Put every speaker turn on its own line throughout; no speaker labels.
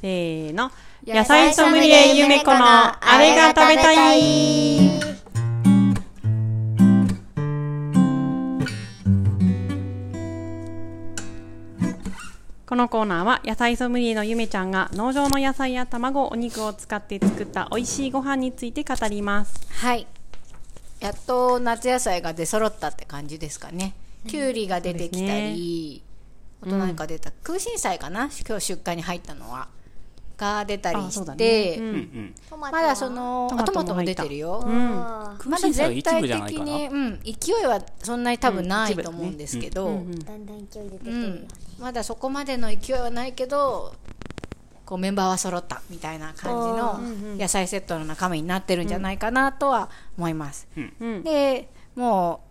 せーの。野菜ソムリエゆめこのあれが食べたい。このコーナーは野菜ソムリエのゆめちゃんが農場の野菜や卵、お肉を使って作った美味しいご飯について語ります。
はいやっと夏野菜が出揃ったって感じですかねきゅうりが出てきたり、あと何か出た、空心菜かな今日出荷に入ったのはが出たり
あそう
し
だね
て、
うん
トマト
まだその
ト
あ
マ
ト
トも
マトも出てるよ、
は
ま
空
だ
心菜は
全
一
体
部
的
じゃないかな
に、うん、勢いはそんなに多分ないと思うんですけど、
うん
だんだん勢い出てきて
う
るよ
ん、まだそこまでの勢いはないけどこうメンバーは揃ったみたいな感じの野菜セットの中身になってるんじゃないかなとは思います、
うん
でも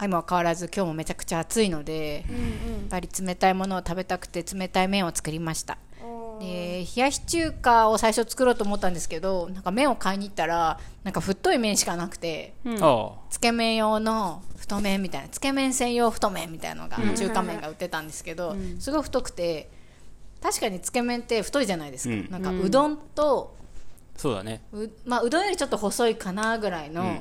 う今は変わらず今日もめちゃくちゃ暑いので、
う
やっ
ん
ぱり冷たいものを食べたくて冷たい麺を作りました
うんおー
で冷やし中華を最初作ろうと思ったんですけどなんか麺を買いに行ったらなんか太い麺しかなくて
うん
あ
つけ麺用の太麺みたいなつけ麺専用太麺みたいなのが中華麺が売ってたんですけど、すごい太くて確かにつけ麺って太いじゃないですか、
うん
なんかうどんと
そうだね
う,、まあ、うどんよりちょっと細いかなぐらいの,、
うん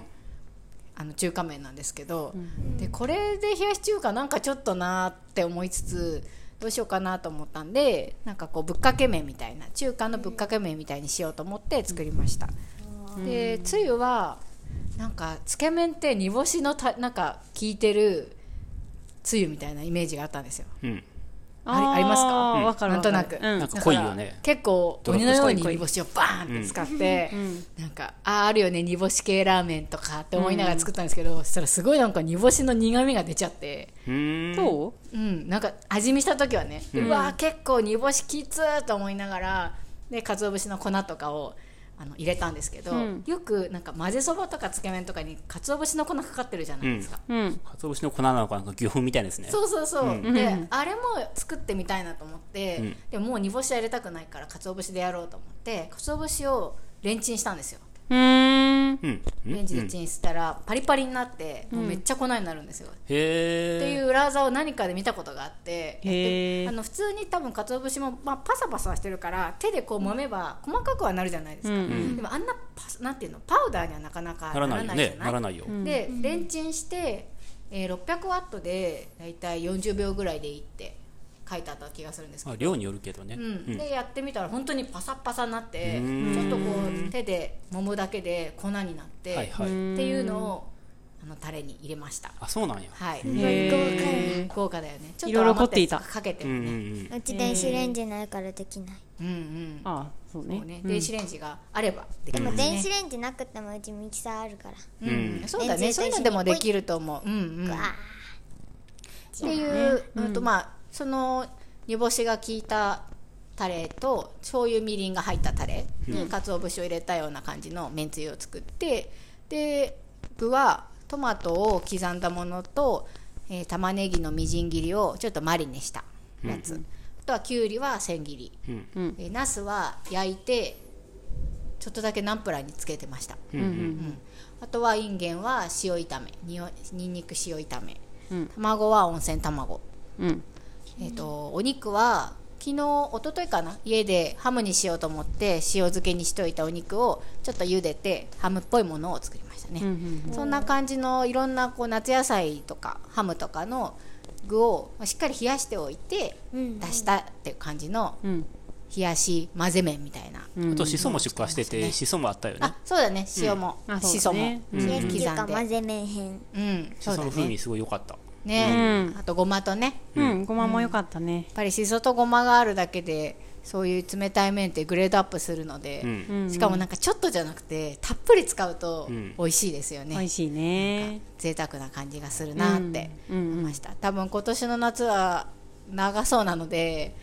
あの中華麺なんですけど、でこれで冷やし中華なんかちょっとなーって思いつつどうしようかなと思ったんでなんかこうぶっかけ麺みたいな中華のぶっかけ麺みたいにしようと思って作りました、でつゆはなんかつけ麺って煮干しのたなんか効いてるつゆみたいなイメージがあったんですよ
うん
ありありますか
ーわかる
なん
わか
と
る
なく、
うん
なんか濃いよね
結構
ドロッ
鬼
と
の
した
ように煮干しをバーンって使って、なんかあーあるよね煮干し系ラーメンとかって思いながら作ったんですけど、そしたらすごいなんか煮干しの苦みが出ちゃって、
うーん
そ
うん、なんか味見した時はね、うわー結構煮干しきつーと思いながらで鰹節の粉とかをあの入れたんですけど、
うん
よくなんか混ぜそばとかつけ麺とかに鰹節の粉かかってるじゃないですか、
ううん。
鰹節の粉なのかなんか牛粉みたいですね
そうそうそう、
う
であれも作ってみたいなと思って、
うん
でももう煮干しは入れたくないから鰹節でやろうと思って鰹節をレンチンしたんですよ
うーん。
うんうん
レンジ
う
で
んへ
チンしたらパリパリになって、もうめっちゃ粉になるんですよ、ってい
え
う裏技を何かで見たことがあって
へー
であの普通に多分鰹節も、まあ、パサパサしてるから手でこう揉めば細かくはなるじゃないですか、
うんう
でもあんなパスなんていうのパウダーにはなかなか
ならないよね
じゃ
ならないよ
でレンチンして、えー600ワットで大体40秒ぐらいでいいって書いてあった気がするんですけ
まあ
ど、
量によるけどね
う、
うんん
でやってみたら本当にパサッパサになって
う
ち
ん
ょっとこう手で揉むだけで粉になって、
はいはい
っていうのをあのタレに入れました
あそうなんや
はい
へー
豪華だよねちょっ
い
と
ろいろ
余
凝
っ
ってい
た
た
やつかけて
う
も
んう
ね
ん
うち電子レンジないからできない
うんうん
ああ、そう
そう
ね
ね。電子レンジがあればで
で
きます
も電
ね
子レンジなくてもうちミキサーあるから
うんそうだね
電子
そうい
レン
う
ジ
のでもできると思ううんうん
わあ
っていう、うんとまあその煮干しが効いたタレと醤油みりんが入ったタレに鰹節を入れたような感じのめんつゆを作ってで具はトマトを刻んだものと、えー玉ねぎのみじん切りをちょっとマリネしたやつ、あとはきゅうりは千切り、
うん
うん
えーナスは焼いてちょっとだけナンプラーにつけてました、
うんうん
あとはインゲンは塩炒めにおにんにく塩炒め、
うん
卵は温泉卵
うん。
えっとお肉は昨日一昨日かな家でハムにしようと思って塩漬けにしといたお肉をちょっと茹でてハムっぽいものを作りましたね、
うん
そんな感じのいろんなこう夏野菜とかハムとかの具をしっかり冷やしておいて
うん
出したっていう感じの
うん。うん。
冷やし混ぜ麺みたいな、
あとしそも出荷しててしそもあったよね
あそうだね塩も、
うんあそう
し
だ
そ
ね
も、
うん
刻
冷や
ん
し
で
中華混ぜ麺編
うん
し
そう
そ
だ
の風味
ね
すごい良かった
ね、
うん
あとごまとね
うん、ごまも良かったね
や。っぱりしそとごまがあるだけでそういう冷たい麺ってグレードアップするので、
うん
うん
しかもなんかちょっとじゃなくてたっぷり使うと
うん
美味しいですよね、
美味しいね。
贅沢な感じがするなって
うんうんうん
思いました、多分今年の夏は長そうなので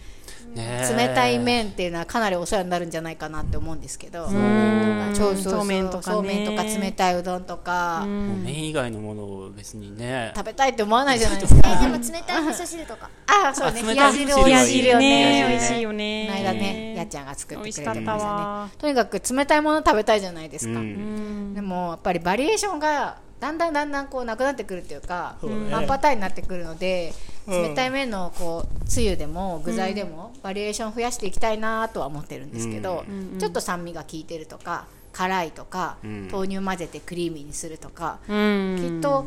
ねえ
冷たい麺っていうのはかなりお世話になるんじゃないかなって思うんですけど、
うん
そうそうそう
そうめんとかね
そうめんとか冷たいうどんとか、
もう麺以外のものを別にね
食べたいって思わないじゃないですか
えでも冷たい味噌汁とか
ああそうね
あ冷
冷
た
や
い
汁
冷
美味
や汁
しい
ね
よ
美
ね
味しいよね。
この間ね、やっちゃんが作ってくれてま
美味し
し
かった
た
わ
ね。とにかく冷たいもの食べたいじゃないですか。
うん
でもやっぱりバリエーションがだんだんだんだんこうなくなってくるっていうか、
そうね
ワンパターンになってくるので、冷たい麺のこうつゆでも具材でもバリエーション増やしていきたいなとは思ってるんですけど、
うん
うん
ちょっと酸味が効いてるとか辛いとか、
うん
豆乳混ぜてクリーミーにするとか、
うん
きっと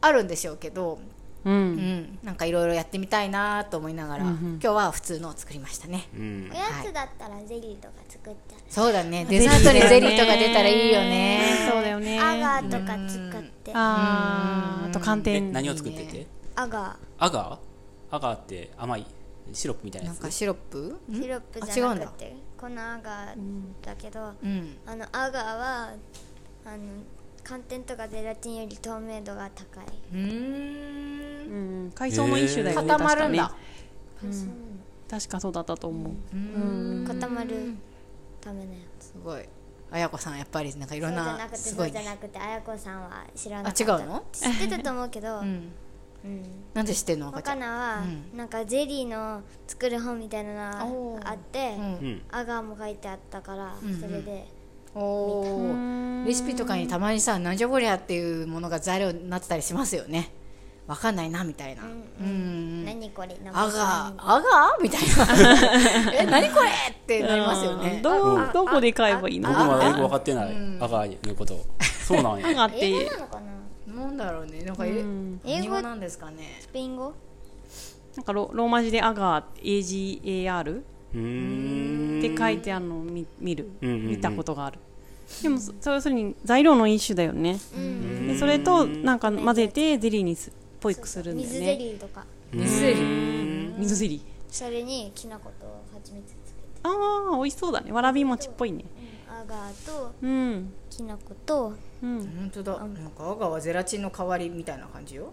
あるんでしょうけど、
う
うん
ん
なんかいろいろやってみたいなと思いながら、
うんうん
今日は普通のを作りましたね。
うん
おやつだったらゼリーとか作っちゃ
そうだねデザートにゼリーとか出たらいいよね
そうだよね
う、アガーとか作ってア
あーあと寒
え
天
何を作ってて
ガ
アガーアガーって甘いシロップみたいな
な
や
んか
つ
シロップ
ーシロップじ
あ違
ゃ
うん
な
だ
くてこのアガーだけど、
うん
あのアガーはあの寒天とかゼラチンより透明度が高い、
うーん
うん海藻の一種だよね、
固まるんだ
確かそうだったと思う、
うーん
固まるためのやつ
すごいあやこさんやっぱりなんかい
そ
ろ
うんじゃ
な
なくて
す
そ
ご
う
い
じゃ
ね
なくてあやこさんは知らなかった
あ違うの
知ってたと思うけど、
うん
うん
なんで知ってんの赤ち
他
ゃん
のは、
うん
なんかゼリーの作る本みたいなの
おー
があって、
うん
うん
アガーも書いてあったから、
んうん
それで
おーレシピとかにたまにさなんじゃこりゃっていうものが材料になってたりしますよねわかんないなみたいなうん
何これ名前
あがあがみたい なえ何これってなりますよ
う
ね
んどう
あ
どこで買えばいいの
僕
あ
まだ英語分かってないアガーいうことそうなんや
がっ
英語
て
なのかな
なんだろうねなんかえ
うん
英語なんですかね
スペイン語
なんかロローマ字でアガー AGAR
うーん
って書いてあるのを見見る、
うんうんうん
見たことがあるでもそそれそれに材料の一種だよね、
ん
でそれとなんか混ぜてゼリーにすっぽいくするんだよ
水ゼ
ね
リーとか
水ゼリ
水ゼリー
それにきな粉と蜂蜜つけて、
ああ美味しそうだねわらび餅っぽいね
アガーと
うん
きな粉と
うん
本当だなんかアガはゼラチンの代わりみたいな感じよ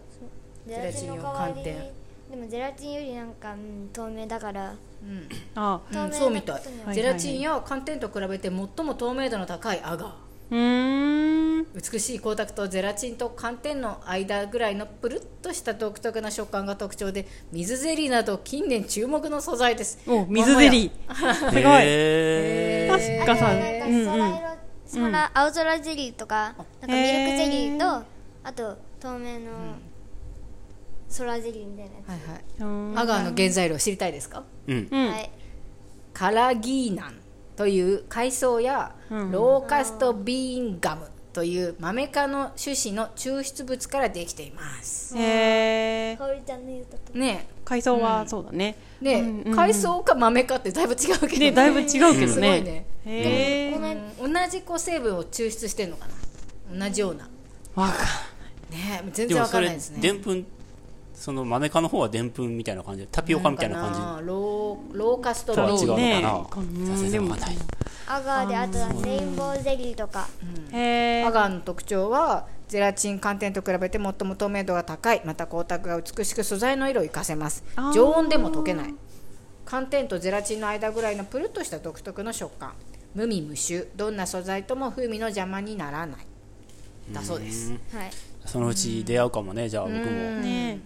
ゼラチンの代わり
ゼラチンを寒
でもゼラチンよりなんか、うん、透明だから
うん
ああ
う
透明
ん、
な
そうみたい
ことに
は
ゼラチンや寒天と比べて最も透明度の高いアガー
うーん
美しい光沢とゼラチンと寒天の間ぐらいのプルッとした独特な食感が特徴で水ゼリーなど近年注目の素材です
お水ゼリー すごい、
へー
確かさ
なんか空色、空青空ゼリーとかなんかミルクゼリーと、あと透明の空ゼリーみたいなやつ、
はいはい
うん
アガーの原材料知りたいですか
うん
うん
はい
カラギーナンという海藻やローカストビーンガムという豆科の種子の抽出物からできています
へえ
かおりちゃんの言うたと
ね
海藻はそうだね、
えねえ、
うんうんうん
海藻か豆かってだいぶ違うけどね
ねだいぶ違うけどね
すごいね
へえ
うん同じこう成分を抽出してんのかな同じような
わか
ねえ全
で
然
も
わか
そ
らな
れ
いですね
でんぷんその豆科の方はでんぷんみたいな感じでタピオカみたいな感
んかなローローカスト
じとは
ロ
違
ー
うの
ね
か
うん
なさすがにわかんない
アガーであとはレインボーゼリーとか
へえ
アガーの特徴はゼラチン寒天と比べて最も透明度が高いまた光沢が美しく素材の色を活かせます
あー
常温でも溶けない寒天とゼラチンの間ぐらいのプルッとした独特の食感無味無臭どんな素材とも風味の邪魔にならないだそうです
はい
そのうち出会うかもねじゃあ僕も
ね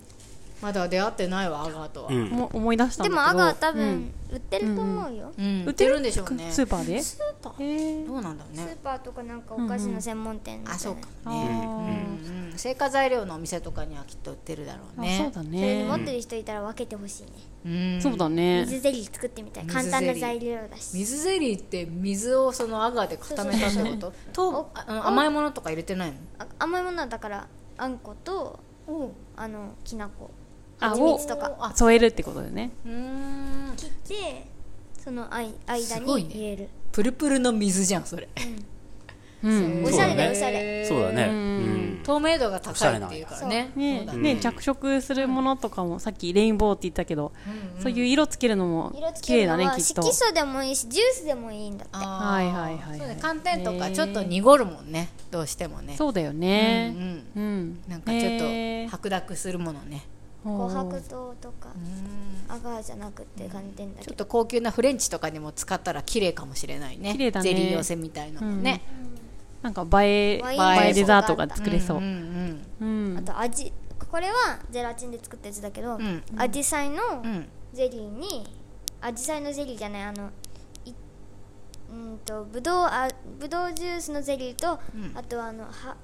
まだ出会ってないわアガーとは、
うん
えも思い出したんだけ
で
ど
もアガー多分売ってると思うよ、
うん
売
売
っ
ってて
る
るんでしょうね
スーパーで
スーパー
へえ
どうなんだろう
スー
ね
パーとかなんかお菓子の専門店みたいな
あそうか
あ
もね、
ー
うんうん、成果材料のお店とかにはきっと売ってるだろう
あ
ね
そうだ
それに
ね
持ってる人いたら分けてほしいね
うん
そうだね
水ゼリー作ってみたい
水
簡単
ゼ
な
リー
材料だし
水ゼリーって水をそのアガーで固めたってこととあの甘いものとか入れてないの
あ甘いものはだからあんことあのきな粉
あ
蜂蜜とか
あ
添えるってことだよね
うーん
切ってそのあい間
すごい
に
ね
入れる、
プルプルの水じゃんそれ
うん
おしゃれだよお
そう
しゃれ
そうだね
う
うんん
透明度が高いっていうからね
ね
そうだ
ね着色するものとかもさっきレインボーって言ったけどそういう色つけるのも
色つ
綺
け
麗
る
だ
の
ね
は
きっと
色素でもいいしジュースでもいいんだって
あー
はいはいはいはい
そうね寒天とかちょっと濁るもんねどうしてもね
そうだよ
う
ね
ん
うん
なんかちょっ
へえ
と白濁するものね
琥
お
珀
ー
糖とか
うん
アガーじゃなくて寒天だ
ちょ
け
っ
ど
と高級なフレンチとかにも使ったら綺麗かもしれないね
綺麗だね
ゼリー寄せみたいなのもね、
なんか映え
ワイン
映えデザートが作れそう
うんうん
うん
あと味これはゼラチンで作ったやつだけど
ん
アジサイの
うんうん
ゼリーにアジサイのゼリーじゃないあのいうんとぶどうあぶどうジュースのゼリーと、
うん
あとはあのはなんだっ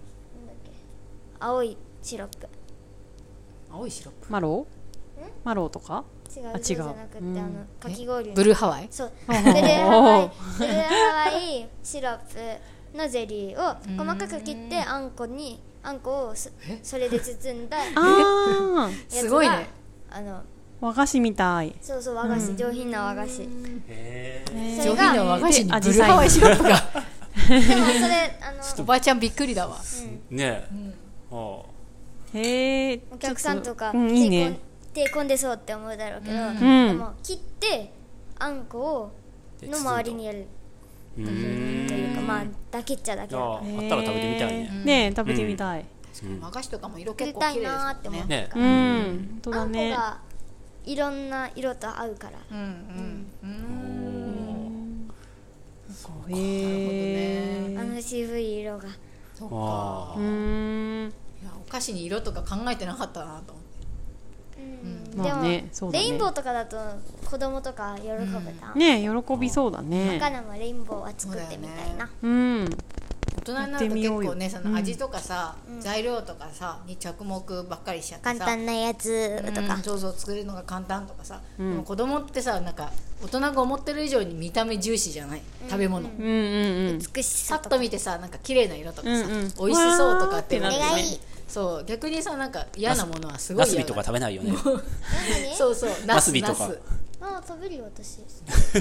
け青いシロップ
青いシロップ
マロマロウとか
違う
あ違う
そうじゃなくて、
うん
あのかき氷の
ブルーハワイ
そう
お
ブル
ー
ーハワイブルーハワイシロップのゼリーを細かく切ってあんこにあんこをそそれで包んだや
あ
つが
すごいね
あの
あ和菓子みたい
そうそう和菓子、上品な和菓子
へえ
そ
上
れ
品な
が
和菓子にブ
で
ルーハワイシロップが
でもそれあ
お
の
ばあちゃんびっくりだわ
ねえああ
へえ
お客さんとか
う
手
ん
込ん
いいね
手込んでそうって思うだろうけど、
ん
でも切ってあんこをの周りにやる
うーん
というかまあだけっちゃだけだ
あ
か
あったら食べてみたいね
ねえ食べてみたい
和菓子とかも色
ら
結構
食べた
綺
い
麗
なーっ
です
て
も
思うん
ね
ね
うん本当
あ
だ
んこ
ね
がいろんな色と合うから
うんうんうん
へえ
あの渋い色が
そっか
あ
うーん
いやお菓子に色とか考えてなかったなと思って
うん
まあねそうだね
レインボーとかだと子供とか喜べた、
ねえ喜びそうだね
カナもレインボーは作ってみたいな、
うん
大人になると結構ねそ
うん
の味とかさ、材料とかさに着目ばっかりしちゃってさ
簡単なやつとか、
うんそうそう作るのが簡単とかさ、でも子供ってさなんか大人が思ってる以上に見た目重視じゃない食べ物、
うんうん
美し
さ
さ
っ
とか
と見てさなんか綺麗な色とかさ、
うんうん
美味しそうと
わ
かって
ーって
なるよね
そう逆にさなんか嫌なものはすご
ナ
い
ス
嫌
ビ
だ
とか食べないよね
何
そうそうナ
ナ
ス
スビとか
ナス
あ食べるよ私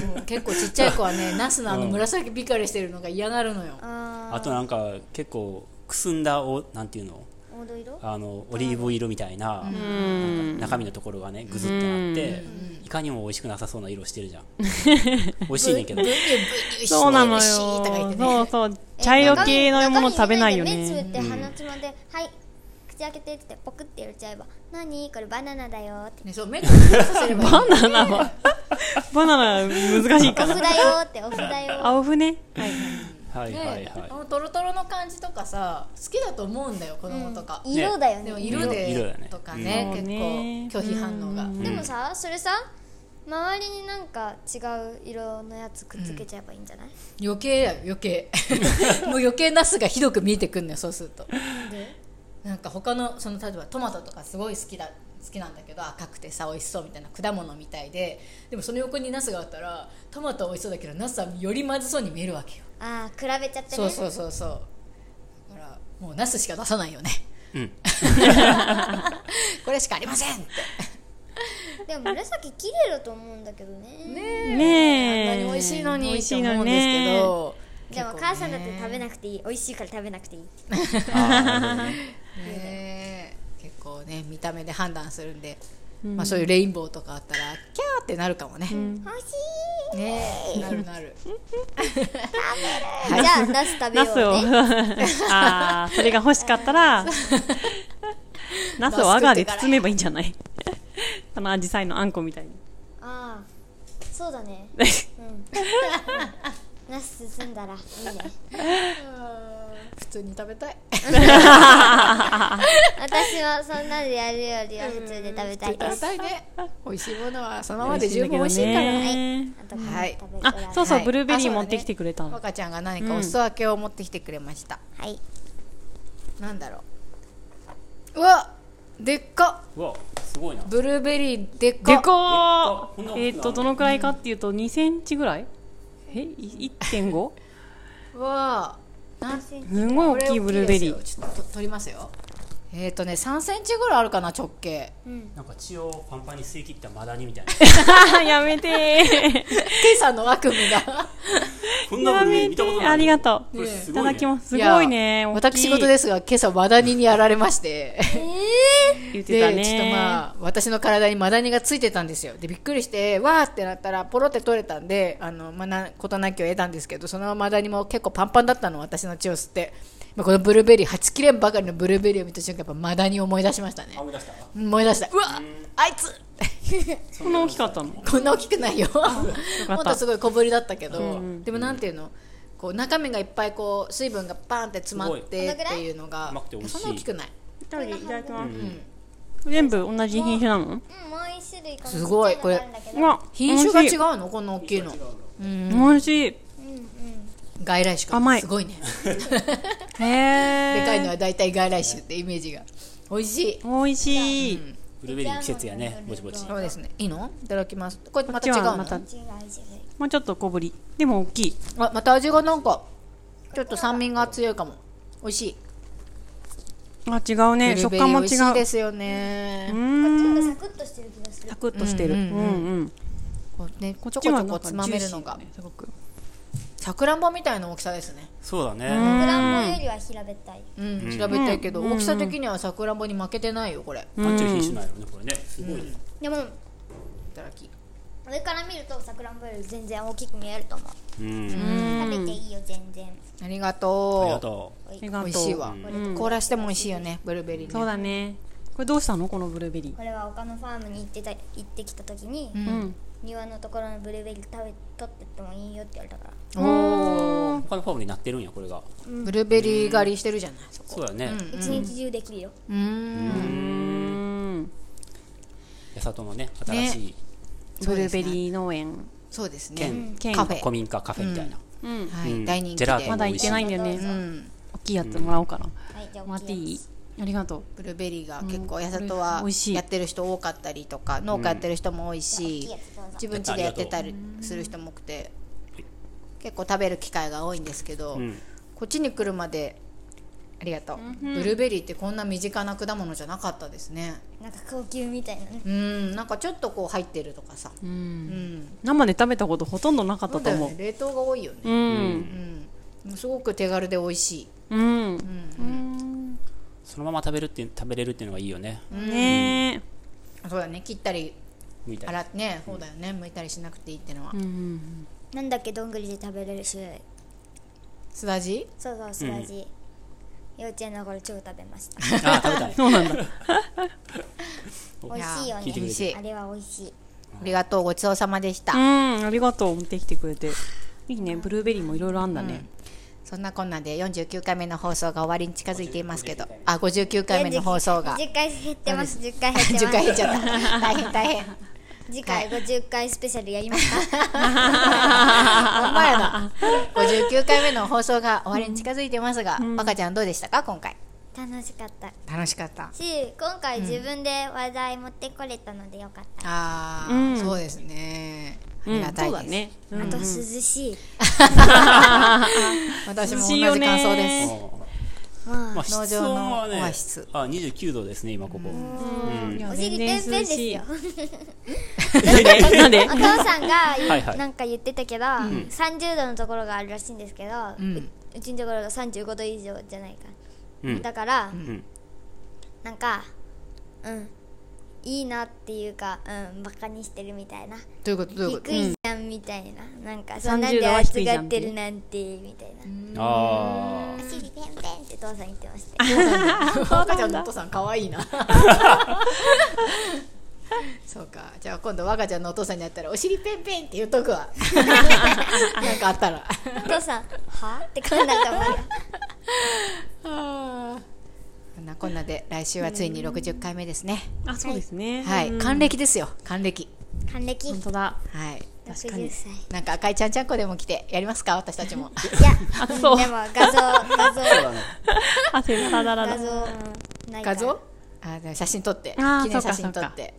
うん結構ちっちゃい子は ねナスのあの紫光りしてるのが嫌がるのよ、
あ
あとなんか結構くすんだおなんていうの
ー黄土色
あのオリーブ色みたいななんか中身のところがねぐずってなっていかにも美味しくなさそうな色してるじゃん美味しいねんけど
ブニュブニュして
そうなのよ
美味しいとか言ってね
そうそう茶色系のもの食べないよ
中身
ね
目つぶって鼻つまんで、はい口開けてってポクってやっちゃえば何これバナナだ よって
ねそう目つぶってさせればいい
バナナはバナナ難しい
オ
か
フ
な
だよってオフだよ
青船はい
はいはい
ね
はい
あのトロトロの感じとかさ好きだと思うんだよ子供とか、
ね
色だよね
でも色で
色だね
とか
うん
ね結構拒否反応が、
でもさそれさ周りになんか違う色のやつくっつけちゃえばいいんじゃない、
余計やよ余 計もう余計ナスがひどく見えてくんのよそうすると
で
なんか他のその例えばトマトとかすごい好きだ好きなんだけど赤くてさ美味しそうみたいな果物みたいででもその横にナスがあったらトマトは美味しそうだけどナスはよりまずそうに見えるわけよ
ああ比べちゃってね
そうそうそうそうだからもうナスしか出さないよね
うん
これしかありませんって
でも紫綺麗だと思うんだけどね
ねえ
あんなに美味しいの
美
に
味
っ
してい
思う
の
んです
ね
けど、
でも母さんだって食べなくていい美味しいから食べなくていいって
あ
ねえ結構ね見た目で判断するんで、まあ、そういうレインボーとかあったらキャーってなるかもね、
美味し
ねえなるなる
い、じゃあナス食べ
ナス
よ
を
うね
ああそれが欲しかったらナスをアガで包めばいいんじゃないあのアジサイのあんこみたいに
ああそうだねうんナス包んだらいいね
普通に食べ たい
私はそんなのやるよりは普通で食べたい
食
で
べ
す、
たいね美味しいものはそのままで十分美味しいから
嬉しいんだけどね
あとこれ食べて
あ
くだ
そう
さ
そう、
はい
ブルーベ
あ
リ
そ
ー
うだ
持
ね
ってきてくれたの、
若ちゃんが何かお裾分けを持ってきてくれました、
いはい
なんだろううわでっか
ーうわすごいな
ブルーベリーでっか
でこ
でっか
ーえっとどのくらいかっていうと2センチぐらいえい 1.5?
うわなん
すごい大きいブルーベリ
これ大き
ー
いですよちょっと取りますよえっ、ー、とね3センチぐらいあるかな直径
なんか血をパンパンに吸い切ったマダニみたい な
やめて
ケイさんの悪夢が
こん
ー
な
や
ブルーベリ
め
ー見
て
たこと
ー
ない
ありがと
こ
う
れ
い
す
た
ごい
だ
ね
きますすごいね
や
大きい
私事ですが今朝マダニにやられまして
言ってた
で、
ね
ちょっとまあ私の体にマダニがついてたんですよでびっくりしてわーってなったらポロって取れたんであの、まあ、なことなきを得たんですけどそのマダニも結構パンパンだったの私の血を吸って、まあ、このブルーベリーはちきれんばかりのブルーベリーを見た瞬間やっぱマダニを思い出しましたね
あ思い出した
思い出したうわあいつ
こんな大きかったの
こんな大きくないよ
た
もっとすごい小ぶりだったけど、でもなんていうのこう中身がいっぱいこう水分がバーンって詰まって
すごい
っていうのが
甘くて美味しい
そんな大きくない
いただきます全部同じ品種なの
うんもう一種類この
すごい
ちっちゃのがあるんだけど
うわ
品種が違
う
うのこんな大きいの
美味しい
外来種か
甘い
すご いね
へえ
でかいのは大体外来種ってイメージが美味しい
美味しい
ブルーベリーの季節やねぼちぼち
そうですねいいのいただきますこれまた
こ
違
っち
う
は
の
また
違う違う
もうちょっと小ぶりでも大きい
あまた味がなんかちょっと酸味が強いかも美味しい
あ違うね食感も違
ブルーベリー美味しいうですよね、
う
こっち
ん
の方がサクッとしてる気がする
サクッとしてるう
うんん
う
うんんこうね、ちょこちょ
な
こ
んか
つまめるのが
ジューシーだねすごく
さくらんぼみたいな大きさですね
そうだね
ブランボよりは平べったい
うん調べたいけど、大きさ的にはさくらんぼに負けてないよこれい
なんちゅう品種なんやろねこれねすごいね
でも
ただき
上から見るとさくらんぼより全然大きく見えると思う
うん
食べていいよ全然
ありが
ありが
とう
と
ありがとう
美味しいわ、凍らしても美味しいよねブルーベリーね
そうだねこれどうしたのこのブルーベリー
これは丘のファームに行ってた行ってきた時に、
うん
庭のところのブルーベリー食べ取ってってもいいよって言われたから
お
う他のファームになってるんやこれが
ーブルーベリー狩りしてるじゃないそこ
そうだね
一日中できるよ、
うーん
うん
八里のね新しい
ブルーベリー農園
そうですね
県
兼
カフェ
古民家カフェみたいな
うん
はい、
うん
大人気
ジェラート
で
まだ行ってないんだよ
う
う
ね
ん、
大きいやつもらおうかな
はいじゃあ
もら
大
っ
き
てい
や
いありがとう
ブルーベリーが結構八里は
美味しい
やってる人多かったりとか農家やってる人も多いし、
うん大きいやつどうぞ
自分家でやってたりする人も多くて結構食べる機会が多いんですけど、
うん
こっちに来るまでありがとう、ブルーベリーってこんな身近な果物じゃなかったですね
つなんか高級みたいなね
うんなんかちょっとこう入ってるとかさ、
う
うんん、
生で食べたことほとんどなかっ
そ
たと
うだよ
思う
ね冷凍が多いよね、
うん
うんもうすごく手軽で美味しい
うん
そのまま食べるって食べれるっていうのがいいよね
ねえ
そうだね切ったり
みたい
洗
な
ってねそうだよね剥いたりしなくていいってのは、
うん
なんだっけどんぐりで食べれる種類
すだち
そうそうすだち、幼稚園の頃超食べました
あ食べたい
そうなんだ
美味しいよね
聞いてくれ
てる
あれは美味しい
ありがとうごちそうさまでした、
うんありがとう持ってきてくれていいねブルーベリーもいろいろあんだね
そんなこんなで49回目の放送が終わりに近づいていますけどあ59回目の放送が
10回減ってます10回減ってます
10回減っちゃった大変大変
次回50回スペシャルやりますか
ほんまやな59回目の放送が終わりに近づいてますが、赤ちゃんどうでしたか今回
楽しかった
楽しかった
し今回自分で話題持ってこれたのでよかっ
あー、そうですねあ
う
り
ん
がた
そ
いうで
だ
す、
ね
た、あと涼しい
私も同
涼しい
じ
よ
感
ね
想です
まあ、
農
室
場
温
の
はね、
オアシス
あ、二十九度ですね、今ここ。
い や
お尻てん
全然涼
ぺんです
しい
よ
なんで
お父さんが言う
はいはい
なんか言ってたけど、30度のところがあるらしいんですけど、ううちのところが35度以上じゃないか、
うん
だから、
ん
なんかうんいいなっていうかうんバカにしてるみたいな
どういうことどういうこ
低
と
いじゃんみたいな、なんかそ
30
んなんで
度は
暑
低いじゃ
が
ん
っ
って
てるなんてみたいな、
あ
お尻ペンペンって父さん言ってました
赤ちゃんのお父さん可 愛いなそうかじゃあ今度赤ちゃんのお父さんに会ったら「お尻ペンペン」って言っと くわなんかあったら
お父さん「は?」って感じだと思うよ
こんなこんなで来週はついに60回目ですね
あそうですね
はい還暦ですよ還暦
還暦
本当だ
はい
確かに
60歳
なんか赤いちゃんちゃんこでも来てやりますか私たちも
いや
暑そう
でも画像画像
汗だらだら
画
だ
像ないか
画
ら
像あでも写真撮って
あー
記念写真
そ
撮
うかそうか
って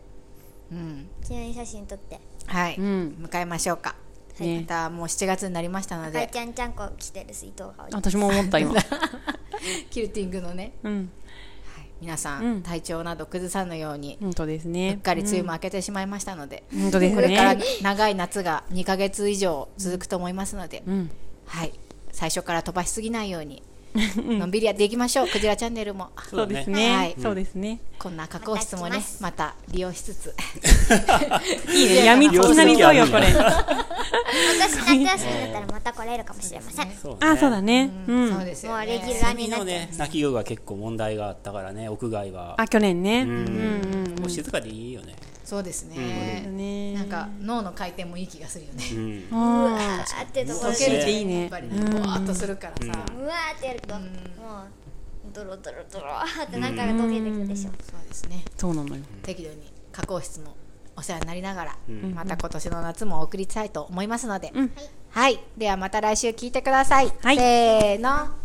うん
記念写真撮って
はい、
ん
迎えましょうか、
ね
またもう7月になりましたの
赤
で
いちゃんちゃんこ着てる水筒が多い
私も思った今
キルティングのね
うん
はい皆さん、
うん
体調など崩さぬように、
本当です
う
ね
っかり梅雨も明けてしまいましたので、
本当です
これから
ね
長い夏が2ヶ月以上続くと思いますので、
うん
はい、最初から飛ばしすぎないように、のんびりやっていきましょう、クジラチャンネ ルも。
そ
そう
うだ
です
ね。
は
ね
い
そうですね
こんな加工室もね、また利用しつつ、
いいね病みつきなりそうよこれ
私夏休みだったらまた来れるかもしれません
そうね
あそうだ。ねうん
そうです
も
よ
うレギ
ね。
ュラー
セミ
にな
の
っちゃう
ね、鳴き声が結構問題があったからね、屋外は。
あ去年ねう
うんん、もう静かでいいよね。
そうですね。
ね
なんか脳の回転もいい気がするよね。
うん。
う
うんわーってところ
溶
で
けるじゃ
そうで
ん
す
ねいいね
やっぱりね、ぼわっとするからさ。
うわーってやるともうドロドロドローってなんかが溶けてくるでしょ
そうですね。
そうなのよ
適度に加工室もお世話になりながら、また今年の夏も送りたいと思いますので、はい、ではまた来週聞いてください、
はい
せーの